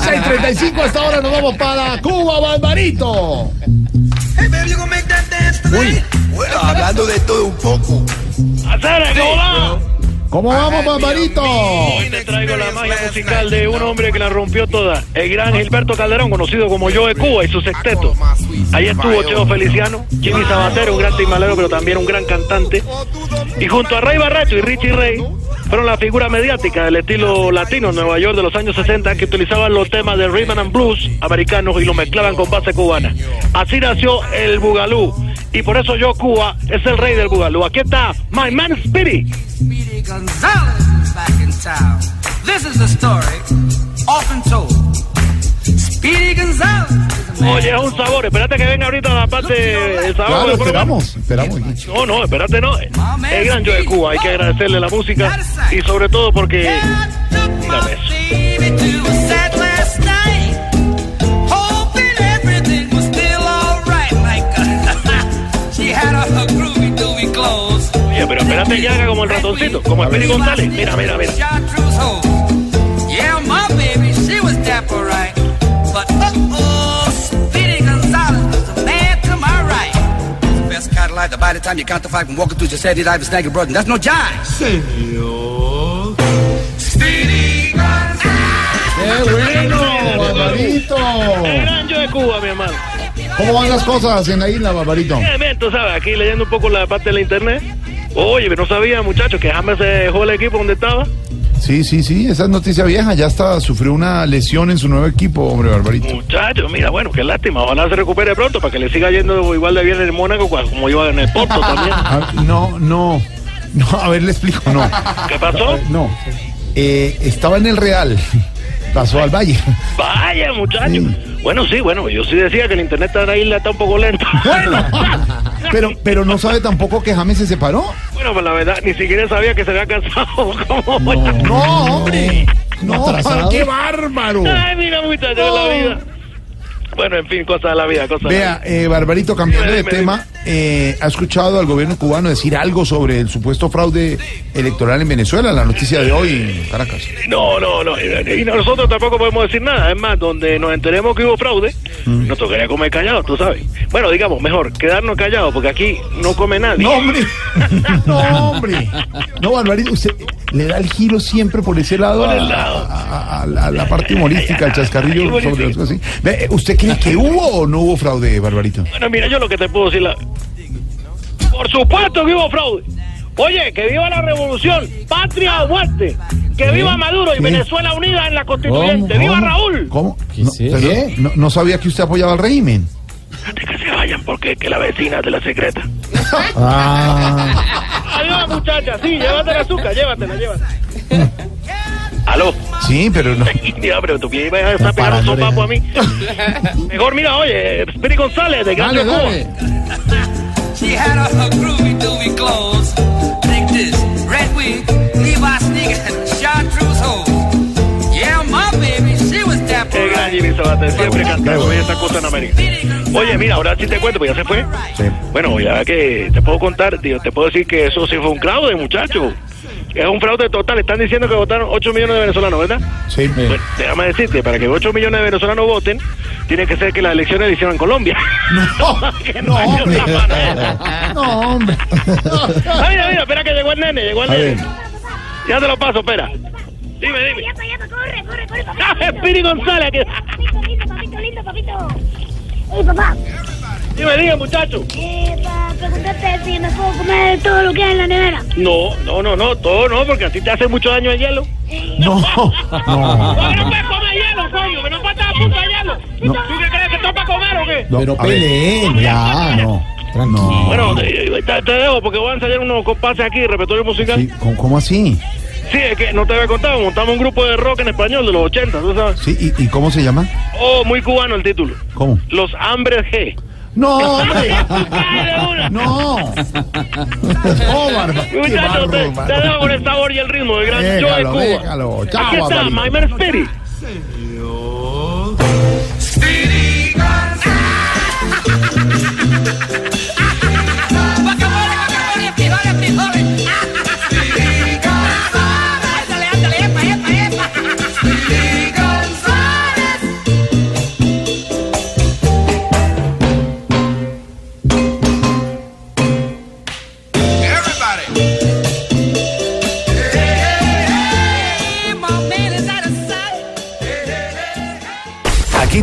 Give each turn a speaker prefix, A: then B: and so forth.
A: 6.35 hasta ahora nos vamos para Cuba, Barbarito.
B: Hey, baby, you gonna make that dance today?
C: Bueno, hablando de todo un poco.
D: Hacer el hola.
A: ¿Cómo vamos, Barbarito?
D: Hoy te traigo la magia musical de un hombre que la rompió toda, el gran Gilberto Calderón, conocido como Joe Cuba y su sexteto. Ahí estuvo Cheo Feliciano, Jimmy Sabatero, un gran timalero, pero también un gran cantante. Y junto a Rey Barreto y Richie Rey, fueron la figura mediática del estilo latino en Nueva York de los años 60 que utilizaban los temas de rhythm and blues americanos y lo mezclaban con base cubana. Así nació el bugalú y por eso yo Cuba es el rey del bugalú. Aquí está My Man Spirit.
E: Speedy Gonzalez is back in town. This is the story often told. Speedy Gonzalez is a man.
D: Oye, es un sabor. Espérate que venga ahorita la parte de sabor.
A: Claro,
D: del programa.
A: esperamos, esperamos.
D: No, no, espérate, no. El gran Joe Cuba, hay que agradecerle la música y sobre todo porque...
E: I took my
D: Dame eso.
E: baby to a set last night, hoping everything was still alright. Like uh, she had on her groovy doobie clothes.
D: Oye, pero espérate que haga como el ratoncito, como Speedy González. Mira, mira, mira.
E: Yeah, my baby, she was dapper, right? But uh-oh, Speedy Gonzalez was a man to my right.
C: Best Cadillac, by the time you count to five and walk into your sandy dive and snag a brother, that's no jive.
E: Speedy Gonzalez.
A: ¡Qué bueno, Barbarito!
D: El gran Joe Cuba, mi hermano.
A: ¿Cómo van las cosas en la isla, Barbarito?
D: Eh, bien, tú sabes, aquí leyendo un poco la parte de la internet. Oye, pero no sabía, muchachos, que James se dejó el equipo donde estaba.
A: Sí, sí, sí, esa es noticia vieja. Ya está, sufrió una lesión en su nuevo equipo, hombre, Barbarito.
D: Muchachos, mira, bueno, qué lástima. Ojalá se recupere pronto para que le siga yendo igual de bien en el Mónaco cua- como iba en el Porto también.
A: Ah, no, no. No, a ver, le explico, no.
D: ¿Qué pasó?
A: No. Eh, estaba en el Real. Pasó al Valle.
D: Vaya, muchachos. Bueno, sí, bueno, yo sí decía que el internet de la isla está un poco lento. Bueno,
A: Pero, pero no sabe tampoco que James se separó.
D: bueno, pues la verdad, ni siquiera sabía que se había cansado. ¿Cómo?
A: No, hombre. No, qué bárbaro.
D: Ay, mira, muchachos, la vida. Bueno, en fin, cosas de la vida, cosas de la vida.
A: Vea, eh, Barbarito, cambiando de
D: Dime, dime.
A: tema, eh, ¿ha escuchado al gobierno cubano decir algo sobre el supuesto fraude electoral en Venezuela? La noticia de hoy en Caracas.
D: No, no, no. Y nosotros tampoco podemos decir nada. Es más, donde nos enteremos que hubo fraude,
A: Mm.
D: nos tocaría comer callados, tú sabes. Bueno, digamos, mejor quedarnos callados, porque aquí no come nadie.
A: No, hombre. No, hombre. No, Barbarito, usted le da el giro siempre por ese lado a,
D: Por el lado.
A: a- a- a la, a la parte humorística, el
D: Ay,
A: chascarrillo.
D: bonito.
A: sobre las cosas así. Ve, eh, ¿Usted cree que hubo o no hubo fraude, Barbarito?
D: Bueno, mira, yo lo que te puedo decir. La... Por supuesto que hubo fraude. Oye, que viva la revolución, patria o muerte. Que viva Maduro y
A: ¿Qué?
D: Venezuela unida en la constituyente. ¡Viva
A: ¿Cómo?
D: Raúl!
A: ¿Cómo? No, pero no, no sabía que usted apoyaba al régimen.
D: Antes que se vayan, porque es que la vecina de la secreta.
A: Ah.
D: Adiós, muchacha. Sí, llévatela, azúcar, llévatela, llévatela. Aló.
A: Sí, pero no.
D: Mira, pero tú que me vas a pegar un
A: Parando,
D: sopapo a mí. Mejor mira, oye, Spiri González de Gran
A: Dale,
D: Cuba.
A: dale.
E: She had on her groovy doobie clothes. Take this red wig, Levi sneakers, and chartreuse hose. Yeah, my baby, she was dapper.
D: El gran Jimmy Sabater siempre cantando bien esa cosa en América. Oye, mira, ahora sí te cuento, pues ya se fue. Bueno, ya que te puedo contar, tío, te puedo decir que eso sí fue un fraude, muchacho. Es un fraude total. Están diciendo que votaron 8 millones de venezolanos, ¿verdad?
A: Sí, me-
D: Bueno, déjame decirte, para que 8 millones de venezolanos voten, tiene que ser que las elecciones las hicieron en Colombia. Que no hay otra manera.
A: No, hombre.
D: Ah, mira, mira, espera que llegó el nene, llegó el
A: A ver.
D: nene. Ya te lo paso, espera. Dime, dime.
F: Allá, allá, corre, corre, corre, papito.
D: ¡Ah, Spiri González! que-
F: Papito lindo, papito lindo, papito. Ey, papá,
D: Dime, dime, muchacho.
F: eh, para preguntarte si me puedo comer todo lo que hay en la nevera.
D: No, no, no, no, todo no, porque a ti te hace mucho daño el hielo.
A: No, no.
D: ¡Oye, no puedes comer hielo, coño! ¡Que no puedes estar a punto de hielo! ¿Tú qué crees que topa comer o qué?
A: Pero peleen, ya, no. Tranquilo.
D: eh, Bueno, te, te- te dejo porque van a salir unos compases aquí, repertorio musical.
A: Sí, ¿cómo, cómo así?
D: Sí, es que no te había contado, montamos un grupo de rock en español de los 80, ¿tú sabes?
A: Sí, ¿y, y cómo se llama?
D: Oh, muy cubano el título.
A: ¿Cómo?
D: Los Hambres G.
A: ¡No! hombre,
D: Cae de una.
A: ¡No! ¡Oh, barba! qué
D: Muchachos, te,
A: barro,
D: te
A: barro.
D: dejo con el sabor y el ritmo del gran Joe de
A: Déjalo,
D: Cuba.
A: déjalo. Chao,
D: Aquí está,
A: Barbarito.
D: My Man Spirit.
E: Aquí